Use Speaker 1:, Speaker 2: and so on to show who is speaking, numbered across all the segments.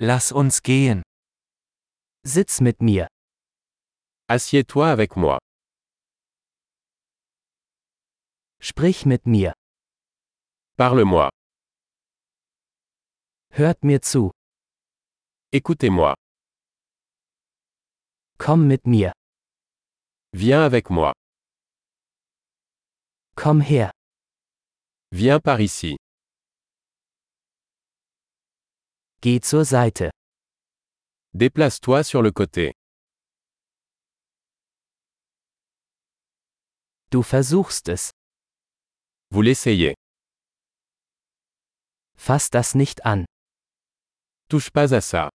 Speaker 1: Lass uns gehen.
Speaker 2: Sitz mit mir.
Speaker 3: Assieds-toi avec moi.
Speaker 2: Sprich mit mir.
Speaker 3: Parle-moi.
Speaker 2: Hört mir zu.
Speaker 3: Écoutez-moi.
Speaker 2: Komm mit mir.
Speaker 3: Viens avec moi.
Speaker 2: Komm her.
Speaker 3: Viens par ici.
Speaker 2: Geh zur Seite.
Speaker 3: Déplace-toi sur le côté.
Speaker 2: Du versuchst es.
Speaker 3: Vous l'essayez.
Speaker 2: Fass das nicht an.
Speaker 3: Touche pas à ça.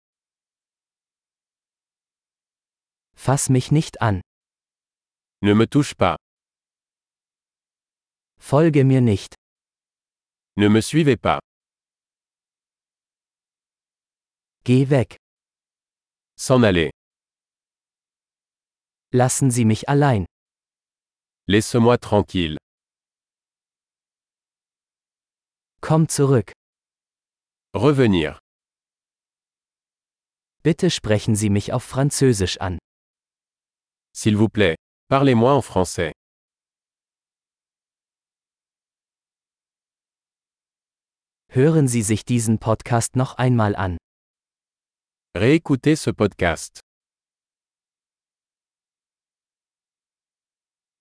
Speaker 2: Fass mich nicht an.
Speaker 3: Ne me touche pas.
Speaker 2: Folge mir nicht.
Speaker 3: Ne me suivez pas.
Speaker 2: Geh weg.
Speaker 3: S'en aller.
Speaker 2: Lassen Sie mich allein.
Speaker 3: Laisse-moi tranquille.
Speaker 2: Komm zurück.
Speaker 3: Revenir.
Speaker 2: Bitte sprechen Sie mich auf Französisch an.
Speaker 3: S'il vous plaît, parlez-moi en français.
Speaker 2: Hören Sie sich diesen Podcast noch einmal an.
Speaker 3: Réécoutez ce podcast.